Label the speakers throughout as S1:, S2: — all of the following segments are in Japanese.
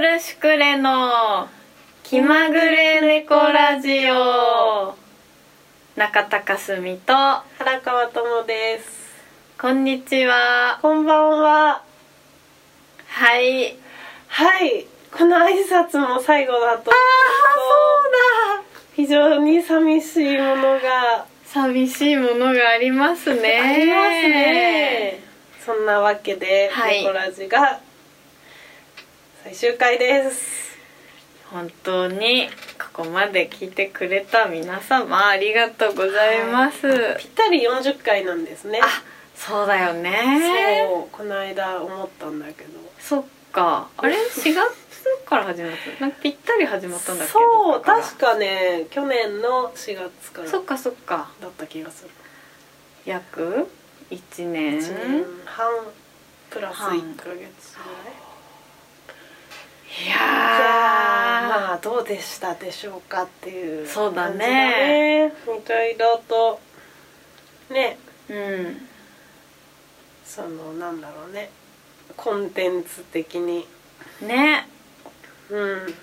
S1: るしくれの気まぐれ猫ラジオ中田かすみと
S2: 原川智です
S1: こんにちは
S2: こんばんは
S1: はい
S2: はいこの挨拶も最後だと
S1: あ
S2: 非常に寂しいもの
S1: そ
S2: が
S1: うだ寂しいものがありますね
S2: ありますねそんなわけで「
S1: はい
S2: 猫ラジ」が最終回です
S1: 本当にここまで聞いてくれた皆様ありがとうございます、
S2: ぴったり40回なんですね
S1: あそうだよね
S2: そうこの間思ったんだけど
S1: そっかあれ4月から始まったなんかぴったり始まったんだっけ
S2: そう
S1: どっから
S2: 確かね去年の4月から
S1: そっかそっか
S2: だった気がする
S1: 約1年
S2: 1年半プラス
S1: 半
S2: 1ヶ月ぐらい
S1: いや
S2: じゃあ
S1: ー
S2: まあどうでしたでしょうかっていう
S1: そうだね
S2: 感じだねいろいろとね
S1: うん
S2: そのなんだろうねコンテンツ的に
S1: ね
S2: うん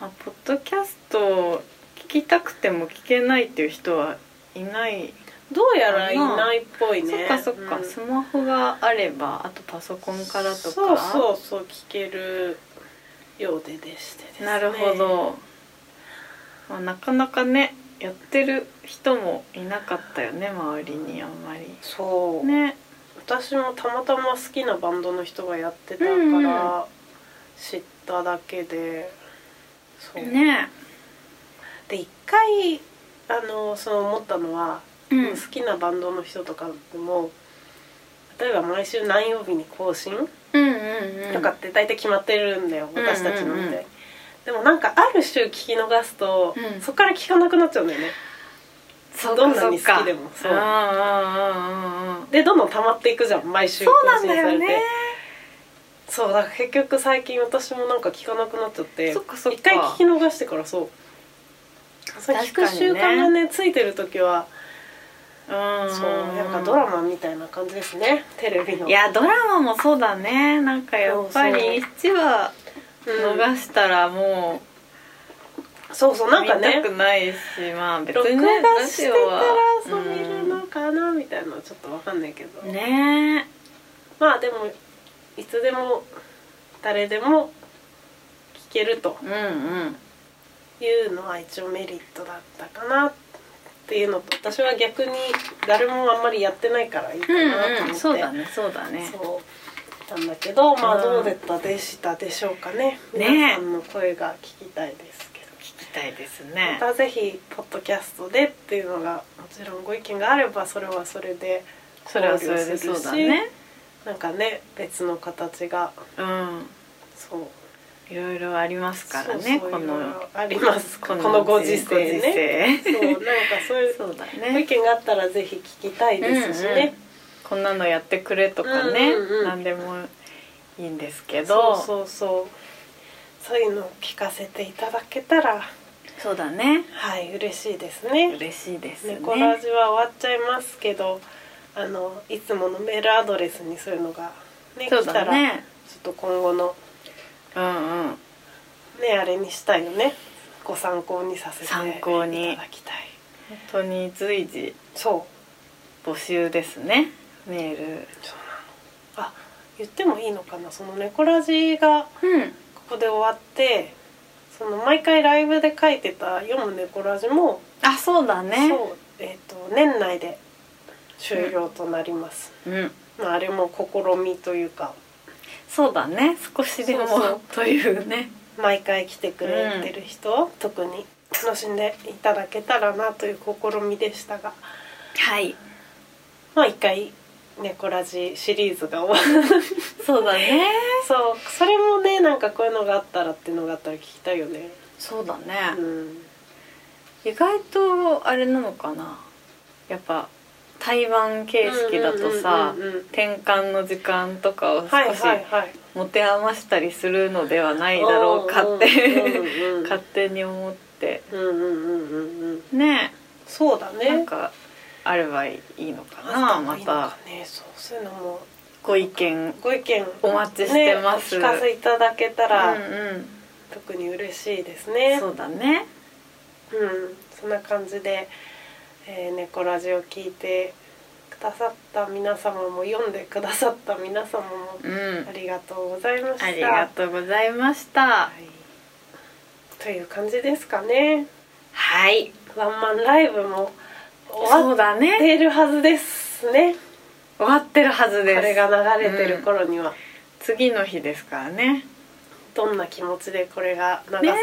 S1: まあポッドキャストを聞きたくても聞けないっていう人はいない
S2: どうやらいないっぽいね
S1: そっかそっか、
S2: うん
S1: スマホがあればあとパソコンからとか
S2: そうそうそう聞けるようででしてですね
S1: なるほど、まあ、なかなかねやってる人もいなかったよね周りにあんまり
S2: そう、
S1: ね
S2: 私もたまたま好きなバンドの人がやってたか
S1: うんうん
S2: ら知っただけで、そう
S1: ね
S2: で一回あのその思ったのは、
S1: うん
S2: 好きなバンドの人とかでも例えば毎週何曜日に更新
S1: うんうんうん
S2: とかって大体決まってるんだよ、
S1: うん
S2: 私たちのって、
S1: うんうんうん
S2: でもなんかある週聞き逃すと、
S1: うん
S2: そこから聞かなくなっちゃうんだよね
S1: そう
S2: どん
S1: かそ
S2: な
S1: う
S2: に好きでも
S1: そ
S2: そうう
S1: うんうんうんうんうん
S2: でどんどん溜まっていくじゃん毎週
S1: そ
S2: 更
S1: うなん
S2: 新
S1: だ
S2: され
S1: よ
S2: て
S1: ね
S2: そうだから結局最近私もなんか聞かなくなっちゃって
S1: そっかそっか
S2: 一回聞き逃してからそうそう
S1: 確
S2: 聞
S1: か
S2: く
S1: にね
S2: 習慣がねついてる時は
S1: うん
S2: そうなんかドラマみたいな感じですねテレビの
S1: いやドラマもそうだねなんかやっぱり1話
S2: うん
S1: 逃したらも
S2: そうそう
S1: う
S2: なん
S1: 見
S2: か
S1: た
S2: ね
S1: くないしまあ別
S2: 録
S1: にね
S2: 画してたら
S1: ラジオ
S2: そう
S1: は
S2: 見るのかなみたいなのちょっとわかんないけど、
S1: うんね
S2: まあでもいつでも誰でも聞けると
S1: うんうん
S2: いうのは一応メリットだったかなっていうのと私は逆に誰もあんまりやってないからいいかなと思って、
S1: そうだねそうだね
S2: そうなんだけどま
S1: う
S2: あ
S1: ん
S2: どうでったでしたでしょうかね
S1: ね
S2: 皆さんの声が聞きたいですけど。
S1: 聞きたいです
S2: ま
S1: ね
S2: たぜひポッドキャストでっていうのがもちろんご意見があればそれはそれで
S1: それはそれでそうだね
S2: なんかね別の形が
S1: うん
S2: そう
S1: いろいろありますからね
S2: そうそう
S1: こ
S2: いろい
S1: の
S2: ろありますこのご時世ね
S1: ご時世
S2: そうなんかそう いう
S1: そうだ
S2: ご
S1: ね
S2: 意見があったらぜひ聞きたいですしね、
S1: こんなのやってくれとかね、
S2: うんうんうん
S1: 何でもいいんですけ
S2: そ
S1: ど
S2: うそうそうそういうのを聞かせていただけたら
S1: そうだね
S2: はい嬉しいですね
S1: 嬉しいですね
S2: 猫ラジは終わっちゃいますけどあのいつものメールアドレスにそういうのが、ね
S1: そう
S2: 来た
S1: だ
S2: らちょ
S1: ね
S2: っと今後の
S1: うんうん
S2: ねあれにしたいよねご参考にさせていただ
S1: 参考に
S2: きたい
S1: 本当に随時
S2: そう
S1: 募集ですねメール
S2: そうなのあ言ってもいいのかなその猫ラジが
S1: うん
S2: ここで終わってその毎回ライブで書いてた「読む猫ラジも」
S1: あそうだね
S2: そうえっ、と年内で終了となります、
S1: うん
S2: まあ、あれも試みというか
S1: そうだね少しでも
S2: そうそう
S1: というね
S2: 毎回来てくれてる人、特に楽しんでいただけたらなという試みでしたが
S1: はい
S2: まあ一回猫ラジシリーズが終わる
S1: そうだね
S2: そうそれもねなんかこういうのがあったらっていうのがあったら聞きたいよね
S1: そうだね、
S2: うん
S1: 意外とあれなのかなやっぱ台湾形式だとさ、
S2: うんうんうんうん
S1: 転換の時間とかを少
S2: はい
S1: し
S2: はいはい
S1: 持て余したりするのではないだろうかって
S2: うんうんう ん
S1: 勝手に思って
S2: うんうんうんうんうん
S1: ね
S2: そうだね
S1: なんかあればいいのかな
S2: あ
S1: ま
S2: いいの
S1: た
S2: かねそうそういうのも
S1: ご意見
S2: ご意見
S1: お待ちしてます
S2: ね、お聞かせいただけたら、
S1: うん
S2: 特に嬉しいです
S1: う
S2: ね
S1: んそうだね
S2: うん、そんな感じで「えー、猫ラジオ」聞いてくださった皆様も読んでくださった皆様も
S1: うん
S2: ありがとうございました。
S1: ありがとうございました
S2: はい、という感じですかね
S1: はい
S2: ワンマンライブも終
S1: そう
S2: わ
S1: だ
S2: っ
S1: ね
S2: ているはずですね
S1: 終わってるはず
S2: こ
S1: です
S2: れが流れてる
S1: うん
S2: 頃には、
S1: 次の日ですからね
S2: どんな気持ちでこれが流されているん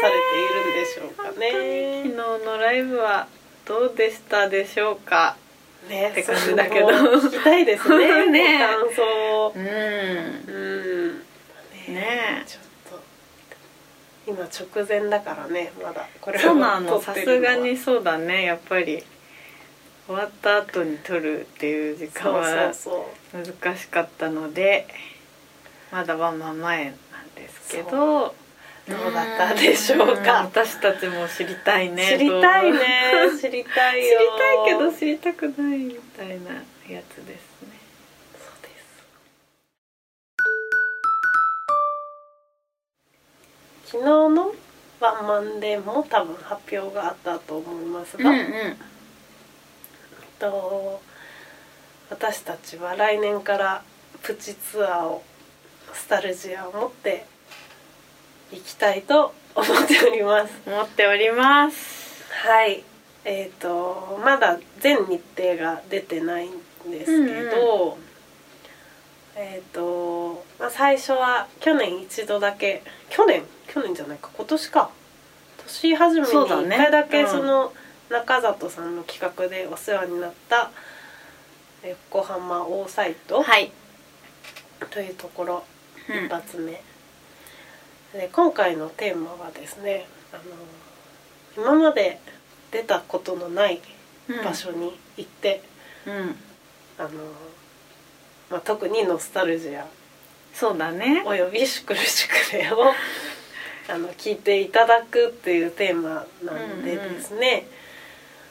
S2: でしょうかね
S1: 昨日のライブはどうでしたでしょうか
S2: ね
S1: って感じだけど
S2: それも聞きたいですね
S1: ね
S2: ご感想を
S1: うん
S2: うんね
S1: ね
S2: ちょっと今直前だからねまだこれを
S1: そうなの
S2: 撮
S1: さ
S2: って
S1: す
S2: るのは
S1: がにそうだねやっぱり終わった後に撮るっていう時間
S2: そうそう
S1: は
S2: そう
S1: 難しかったのでまだワンマン前なんですけ
S2: そ
S1: ど
S2: どうだったでしょうか
S1: ん私たちも知りたいね
S2: 知りたいね
S1: どう
S2: 知りた
S1: 知
S2: い
S1: り
S2: よ
S1: たいけど
S2: そう
S1: 知りたくないみたいなやつですね
S2: です昨日のワンマンでも多分発表があったと思いますが、えっと私たちは来年からプチツアーをスタルジアを持って行きたいと思っております
S1: 持っております
S2: はいえー、とまだ全日程が出てないんですけど、えーとまあ、最初は去年一度だけ去年去年じゃないか今年か年始めに
S1: そうだ
S2: 1
S1: ね
S2: 回だ
S1: う
S2: け
S1: ん
S2: その中里さんの企画でお世話になった横浜大サイト
S1: はい、
S2: というところ
S1: うん
S2: 一発目、で今回のテーマはですねあの今まで出たことのない場所に行って、
S1: うん
S2: あのまあ、特にノスタルジア
S1: そうだね
S2: および「シュクルシュクレ」を あの聞いていただくっていうテーマなんでですね、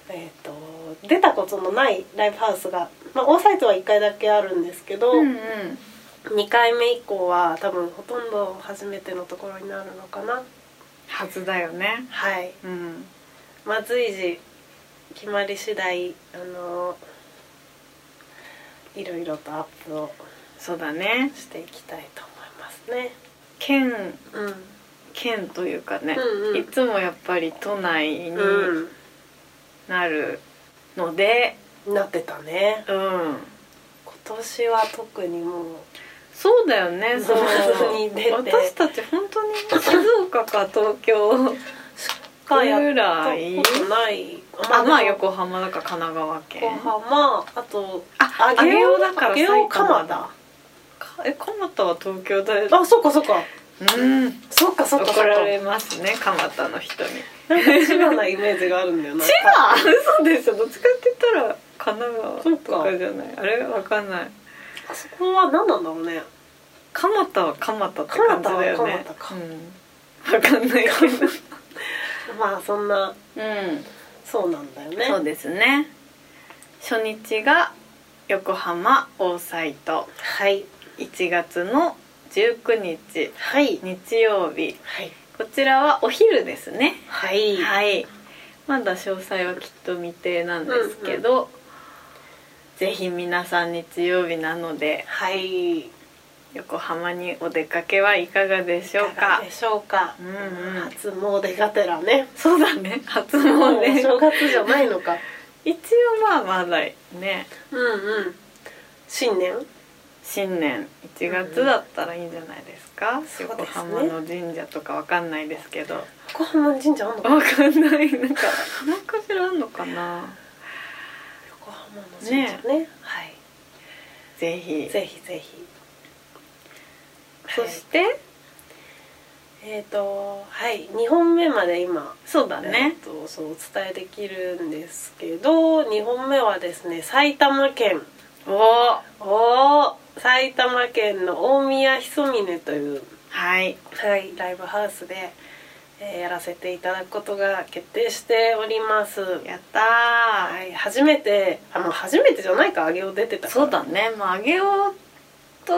S2: えー、と出たことのないライブハウスが、まあ、大サイトは1回だけあるんですけど。
S1: うんうん
S2: 2回目以降は多分ほとんど初めてのところになるのかな
S1: はずだよね
S2: はい
S1: うん
S2: まあ随時決まり次第あのいろいろとアップを
S1: そうだね
S2: していきたいと思いますね
S1: 県
S2: うん
S1: 県というかね、
S2: うんうん
S1: いつもやっぱり都内に
S2: うん、
S1: なるので
S2: なってたね
S1: うん
S2: 今年は特にもう
S1: そうだよね そう
S2: 本当に出て
S1: 私たち本当に静岡か東京
S2: が や
S1: ぐ
S2: った
S1: らい
S2: ことない
S1: あまあ
S2: でも
S1: 横浜だから神奈川県
S2: 横浜あと
S1: あ上尾だから
S2: 上尾
S1: 埼玉
S2: 蒲田
S1: かえ蒲田は東京だよ
S2: あそっかそっか
S1: うん
S2: そっかそっかそ
S1: 怒
S2: っから
S1: れますね蒲田の人に
S2: なんか千葉なイメージがあるんだよ な
S1: 千葉嘘でしょどっちかって言ったら神奈
S2: そ
S1: 川
S2: っか
S1: とかじゃないあれわかんない
S2: あそこは何なんだろうね
S1: 蒲田は蒲田って感じだよね
S2: 蒲田は蒲田か
S1: うん、わかんないけど
S2: まあそんな
S1: うん
S2: そうなんだよね
S1: そうですね初日が横浜大サイト
S2: はい
S1: 1月の19日
S2: はい
S1: 日曜日
S2: はい
S1: こちらはお昼ですね
S2: はい、
S1: はいまだ詳細はきっと未定なんですけど、ぜひ皆さん日曜日なので
S2: はい、い
S1: 横浜にお出かけはいかがでし
S2: か
S1: ょうか
S2: がでしょうか、
S1: うんうん
S2: 初詣がてらね
S1: そうだね初
S2: もうお
S1: 詣
S2: 正月じゃないのか
S1: 一応まあまだね
S2: うんうん新年
S1: 新年1月だったらいいんじゃないですか、
S2: そうですね
S1: 横浜の神社とかわかんないですけどわ
S2: 横浜神社あんのか
S1: かんないなんか何かしらあんのかな
S2: 横浜の神社ねはい
S1: ぜひ
S2: ぜひぜひ
S1: そして、
S2: えっ、とはい2本目まで今
S1: そうだね
S2: えっとそうお伝えできるんですけど2本目はですね埼玉県
S1: おお
S2: おー埼玉県の大宮ひそみねという、
S1: はい
S2: はい、ライブハウスで、えーやらせていただくことが決定しております
S1: やったー、
S2: はい初めてあの初めてじゃないかあげを出てたから
S1: そうだねまあ上尾と、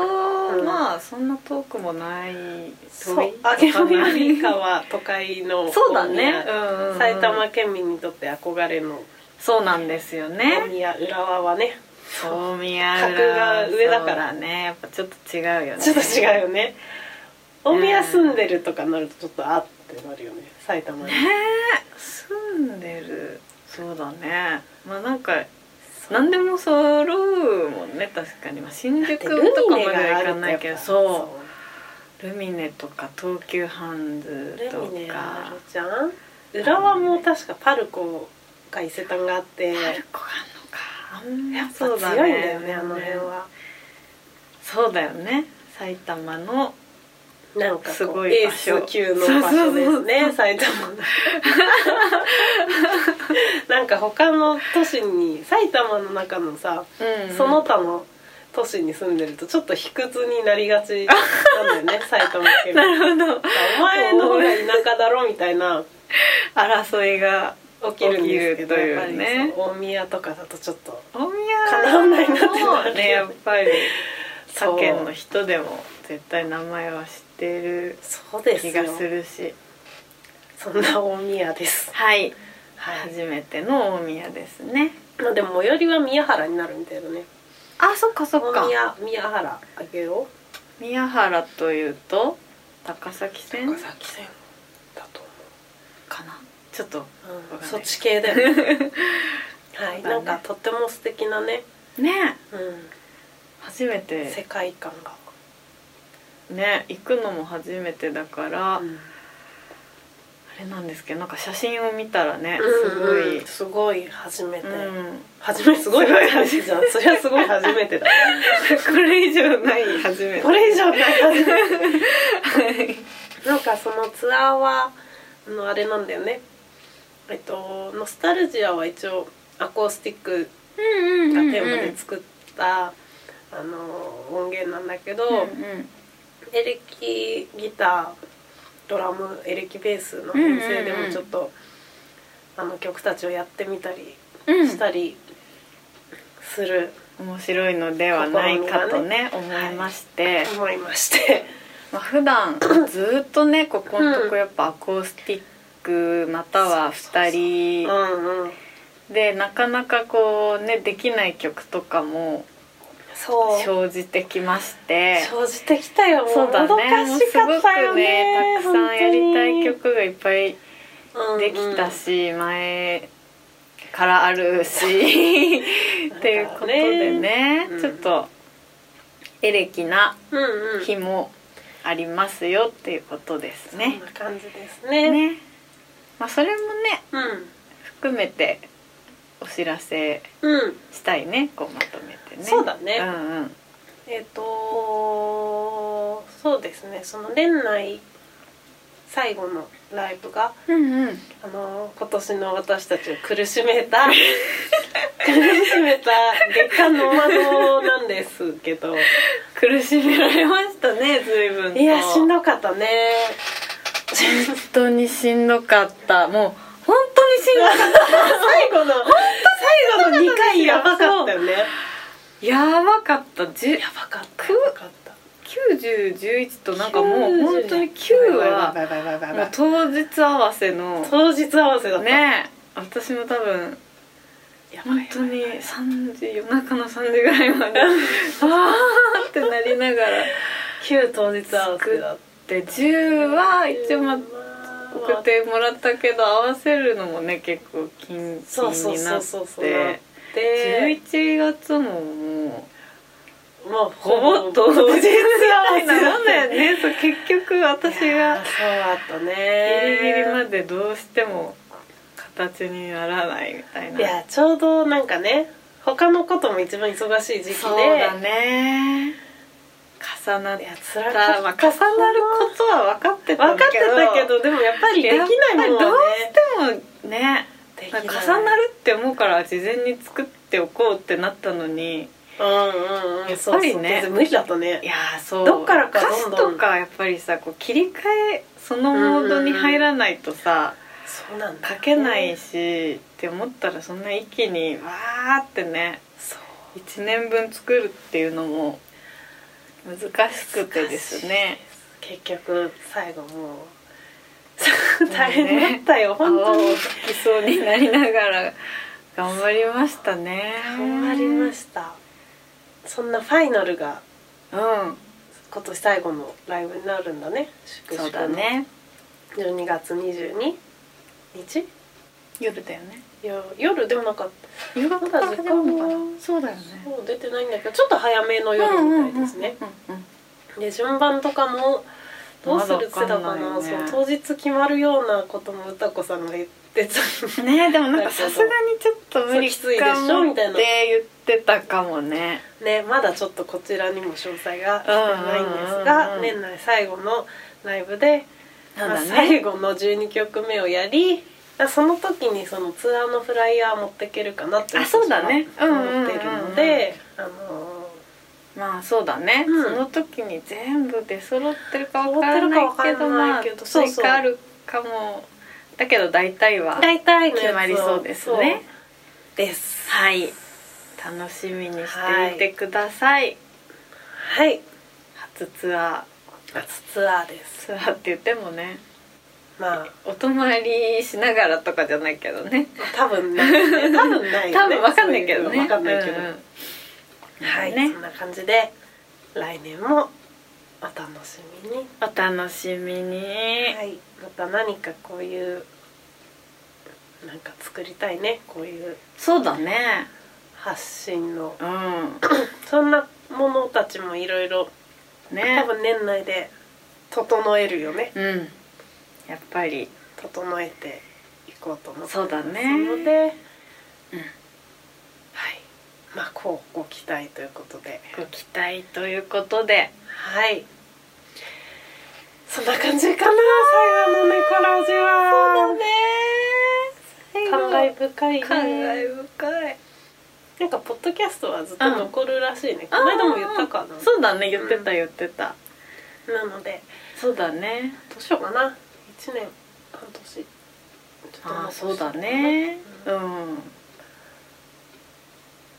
S2: うん
S1: まあそんな遠くもない
S2: そうあげも
S1: な
S2: よ
S1: い
S2: りかは都会の
S1: そうだね、
S2: 大宮
S1: うんうんうん
S2: 埼玉県民にとって憧れの
S1: そうなんですよ
S2: 大
S1: ね
S2: 宮浦和はね
S1: 大宮
S2: 格が上だから
S1: そうねやっぱちょっと違うよね
S2: ちょっと違うよね大
S1: う
S2: 宮
S1: ん
S2: 住んでるとかなるとちょっとあってなるよね埼玉に
S1: ねえ住んでるそうだねまあなんか何でも揃うもんね確かに、まあ、新宿とかまでは行かないけど
S2: そ
S1: そうルミネとか東急ハン
S2: う
S1: ズ
S2: ル
S1: と
S2: ミネあ
S1: か
S2: るじゃん浦和も確かパルコが伊勢丹があって
S1: パル
S2: や
S1: コがあんのかあん
S2: っぱ強いんだよねあの辺は
S1: そうだよね埼玉の
S2: なんか
S1: す
S2: こ
S1: ご
S2: う
S1: い
S2: エ
S1: 場
S2: ー
S1: 所
S2: ス級の場所で
S1: そう
S2: す
S1: そうそ
S2: ね
S1: う
S2: 埼玉のなんか他の都市に埼玉の中のさ
S1: うん
S2: その他の都市に住んでるとちょっと卑屈になりがちな んだよね埼玉県
S1: な
S2: 民
S1: るほど
S2: お前の方が田舎だろみたいな
S1: 争いが
S2: 起きるんですけど
S1: 起きるという
S2: やっぱり
S1: ね
S2: そう大宮とかだとちょっと
S1: 大宮
S2: 叶わないなってなる
S1: もねやっぱり
S2: そう
S1: 他県の人でも絶対名前は知ってる
S2: そうです
S1: 気
S2: よ
S1: がするし
S2: そんな大宮です
S1: はい
S2: はい、
S1: 初めての大宮ですね
S2: まあ、でも最寄りは宮原になるみたいなね
S1: あそっかそっか
S2: 大宮宮原あげよう
S1: 宮原というと高崎線
S2: 崎線だと
S1: かなちょっと
S2: 思う、
S1: わかんない
S2: そっち系だよね はい、なんかとっても素敵なね、
S1: ね
S2: う
S1: 初め
S2: ん、世
S1: て
S2: 界観が、
S1: ね行くのも初めてだから、
S2: うん
S1: あれなんですけどなんか写真を見たらねす
S2: す
S1: ご
S2: ご
S1: い、
S2: い、すごい初めて、
S1: うん
S2: 初めすごい
S1: すごい
S2: 初めてじゃんそれはすごい初めてだ
S1: これ以上ない初めて
S2: これ以上ない初めてなんかそのツアーはあのあれなんだよねえっと「ノスタルジア」は一応アコースティック
S1: うん
S2: が
S1: うんうんうん
S2: テーマで作った、あの音源なんだけど、
S1: うんうん
S2: エレキギタードラムエレキベースの編成でもちょっと、あの曲たちをやってみたり
S1: うん
S2: したりする、
S1: 面白いのではないかとね思いまして、
S2: 思いまして
S1: まあ、普段ずっとねここのとこやっぱアコースティックまたは2人
S2: んうん
S1: でなかなかこうねできない曲とかも
S2: そう生
S1: 生じてきまして
S2: じてきたよもう
S1: そうだ
S2: もど
S1: ね
S2: か
S1: もう
S2: し
S1: す
S2: かっ
S1: ご
S2: たよ
S1: く
S2: ね
S1: ねたくさんやりたい曲がいっぱい
S2: 本当
S1: で
S2: に
S1: きたし、前からあるしっていうことでね
S2: うん
S1: ちょっとエレキな
S2: うんうんうん
S1: 日もありますよっていうことです
S2: そん
S1: ね。
S2: な感じですね
S1: ねまあ、それもね
S2: うん
S1: 含めてお知らせ
S2: うん
S1: したいねこうまとめてね。
S2: そうだね
S1: うんうん
S2: えっ、とそうですねその年内最後のライブが
S1: うんうん、
S2: あの今年の私たちを苦しめ た苦しめた月間の窓なんですけど
S1: 苦しめられましたね随分と
S2: いやしんどかったね
S1: 本当にしんどかったもう本当にしんどかった
S2: 最後の最後の2回やばかったよね
S1: やばかった10
S2: やばかった
S1: く
S2: やばかった
S1: 9011となんかもう本当に9は
S2: やばいやばいやばいやばい
S1: もう当日合わせの
S2: 当日合わせだった
S1: ね私も多分
S2: やばいやばい
S1: 本当に3時夜中の3時ぐらいまでわーってなりなが ら
S2: 9当日合わせだっ
S1: で10は
S2: た
S1: 一応まあ送ってもらったけど合わせるのもね結構緊
S2: そうそ
S1: 緊
S2: う
S1: にな
S2: そ
S1: っ
S2: うそうそう
S1: て
S2: で
S1: 11月ももう
S2: まあほ
S1: ほ
S2: ぼ
S1: ぼ当
S2: 当
S1: 日合
S2: 日合わ
S1: わせ
S2: せ
S1: なんだよねそう結局私
S2: いや
S1: が
S2: ーそうだった
S1: ギ
S2: ね
S1: リギリまでどうしても形にならないみたいない
S2: やちょうどなんかね他のことも一番忙しい時期で
S1: そうだね重なっ
S2: いや
S1: た
S2: 辛かった
S1: まあ、重なることは分かってたん
S2: 分か
S1: だ
S2: っ
S1: け
S2: て
S1: ど
S2: たけどでもやっぱりでき
S1: やっぱ
S2: ない
S1: り
S2: もん
S1: どう
S2: はね
S1: してもね
S2: でき
S1: な
S2: ない
S1: んか重なるって思うから事前に作っておこうってなったのに
S2: うんうんうん
S1: やっぱりね
S2: そうそう無理だったね
S1: いやーそう
S2: どっからかどんど
S1: 歌詞
S2: ん
S1: とかやっぱりさこう切り替えそのモードに入らないとさ、
S2: そうなんだ
S1: 書けないしって思ったらそんな一気にわーってね
S2: そう
S1: 1年分作るっていうのも難しくてですね
S2: 結局最後もう大変だったよ、本当
S1: 泡を
S2: に
S1: 吹きそうになりながら頑張りましたね
S2: 頑張りましたそんなファイナルが
S1: たうん
S2: 今年最後のライブになるんだね祝
S1: そう
S2: 々
S1: だ
S2: の
S1: ね
S2: 12月22日
S1: 夜だよね
S2: いや夜でもなんか
S1: 夕方
S2: から時間が
S1: そうだよね
S2: もう出てないんだけどちょっと早めの夜みたいですね、
S1: うんうんうんうん
S2: で順番とかもどうするってたかな
S1: まだわかんないよね
S2: そう当日決まるようなことも歌子さんが言ってた
S1: ねでもなんかさすがにちょっと無理
S2: そうきついでしょみたいな
S1: って言ってたかもね
S2: ねまだちょっとこちらにも詳細が来てないんです
S1: うんうんうんう
S2: が
S1: ん
S2: 年内最後のライブで、
S1: なん
S2: まあ
S1: だ
S2: 最
S1: ね
S2: 後の12曲目をやりまあその時にそのツアーのフライヤー持っていけるかなって
S1: あそうだね
S2: 私は思ってるので、あの
S1: まあそうだね、
S2: うん
S1: その時に全部出揃ってるかわからないけど
S2: 揃ってるかわから
S1: ま
S2: ない
S1: あ
S2: けどそう
S1: 追
S2: そう
S1: 加あるかもだけど大体は
S2: 大体のやつを
S1: 決まりそうですね
S2: そうです
S1: はい楽しみにしていてください、
S2: はい
S1: 初ツア
S2: 初ツアーで
S1: ー
S2: す
S1: ツアーって言ってもね
S2: まあ
S1: お泊まりしながらとかじゃないけどね
S2: 多分ないよね多分ない
S1: 多
S2: よね
S1: 分わかんないけど
S2: そう
S1: ね
S2: うのわかんないけど、
S1: うんうん
S2: はい、
S1: ね
S2: そんな感じで来年もお楽しみに
S1: お楽しみに、
S2: はい、また何かこういうなんか作りたいねこういう
S1: そうだね
S2: 発信の
S1: う
S2: そんなものたちもいろいろ
S1: ん
S2: 多
S1: ね
S2: 分年内で整えるよね
S1: うんやっぱり
S2: 整えていこうと思って
S1: そうだね
S2: ので、はい
S1: うん
S2: まあこうご期待ということで
S1: ご期待ということで
S2: はいそんな感じかな最後の猫ラジは
S1: ね
S2: 感慨深いね
S1: 感慨深い
S2: なんかポッドキャストはずっと残るらしいね、こ
S1: あー
S2: の間も言ったかな
S1: そうだね言ってた言ってた、
S2: なので
S1: そうだね
S2: どうしようかな1年半年ちょっと
S1: あ
S2: も
S1: あ
S2: う
S1: そうだね
S2: う
S1: うん
S2: っ
S1: ん、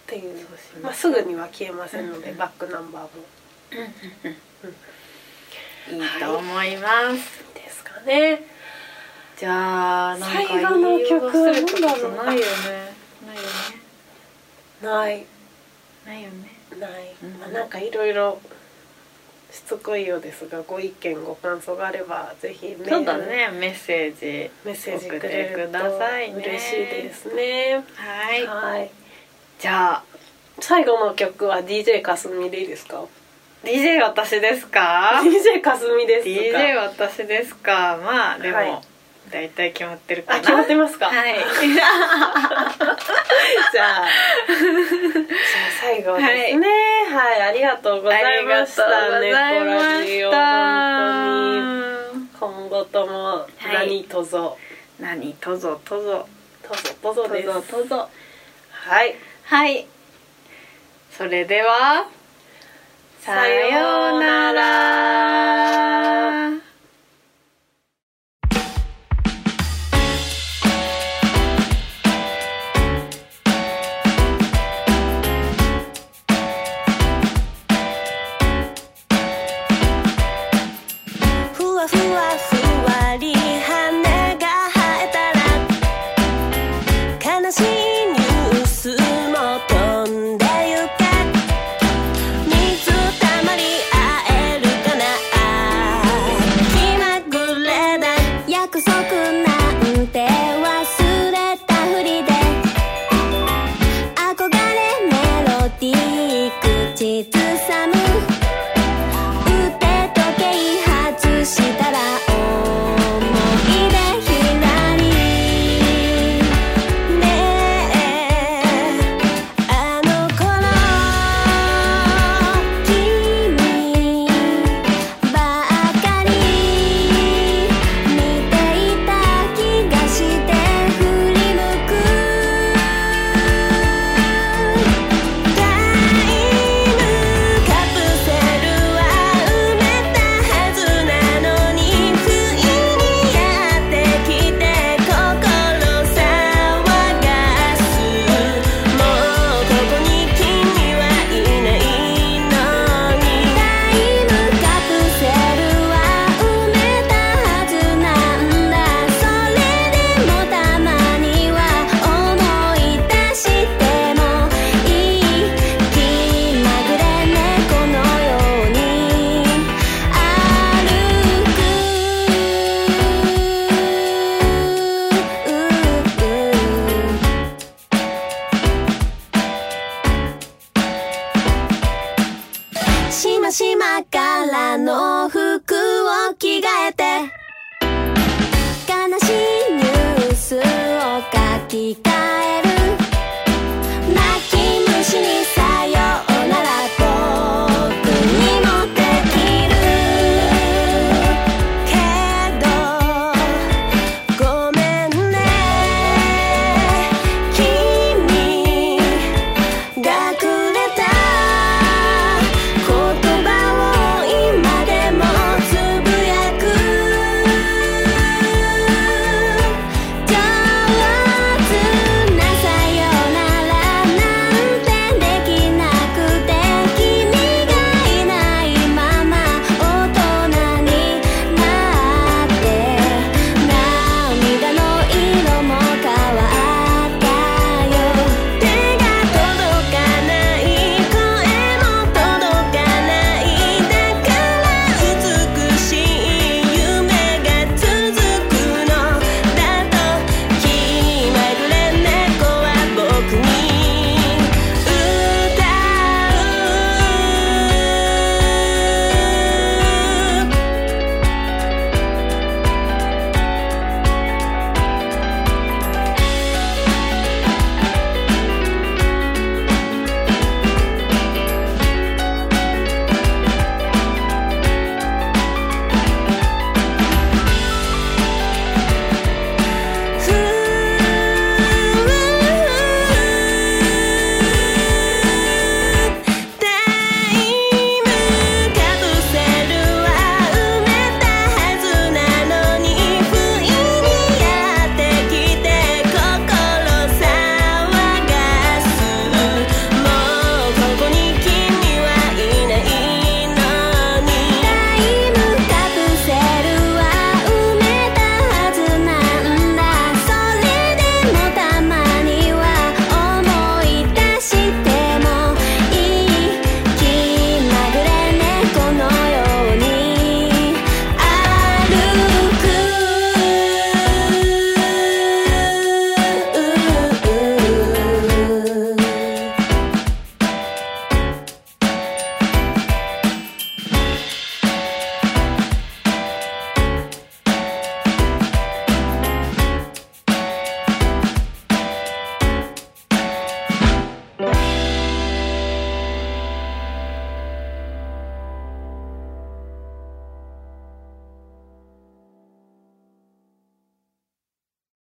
S2: ていう
S1: そうし
S2: まあ、
S1: ます
S2: ぐには消えませんので、
S1: うん
S2: バックナンバーも
S1: いいと思います、
S2: ですかね
S1: じゃあなんか
S2: 最後の
S1: 言い
S2: 曲は
S1: ようとすること
S2: 何だろう
S1: ないよねないよね
S2: ない
S1: ないよね
S2: ない、
S1: うん
S2: まあ、なんかいろいろしつこいようですがご意見ご感想があればぜひメール
S1: そうだねメッセージ
S2: メッセージく
S1: 送っ
S2: れ
S1: て
S2: る
S1: く
S2: と
S1: ださいね
S2: 嬉しいですね
S1: はい
S2: はい
S1: じゃあ
S2: 最後の曲は DJ かすみでいいですか
S1: DJ 私ですか
S2: DJ かすみですか
S1: DJ 私ですかまあで
S2: は
S1: も
S2: い
S1: 大体決まってるか
S2: あ
S1: な
S2: 決まってますか、
S1: はい
S2: じゃあじゃあ最後ですねはい、ありがとうございました
S1: ありがとうございま
S2: 猫ラジオ
S1: し
S2: 本
S1: た
S2: 当に今後とも何とぞ、
S1: 何とぞとぞ
S2: とぞとぞ
S1: と
S2: です
S1: ぞとぞ
S2: はい
S1: はいそれではさようなら
S3: ふわふわ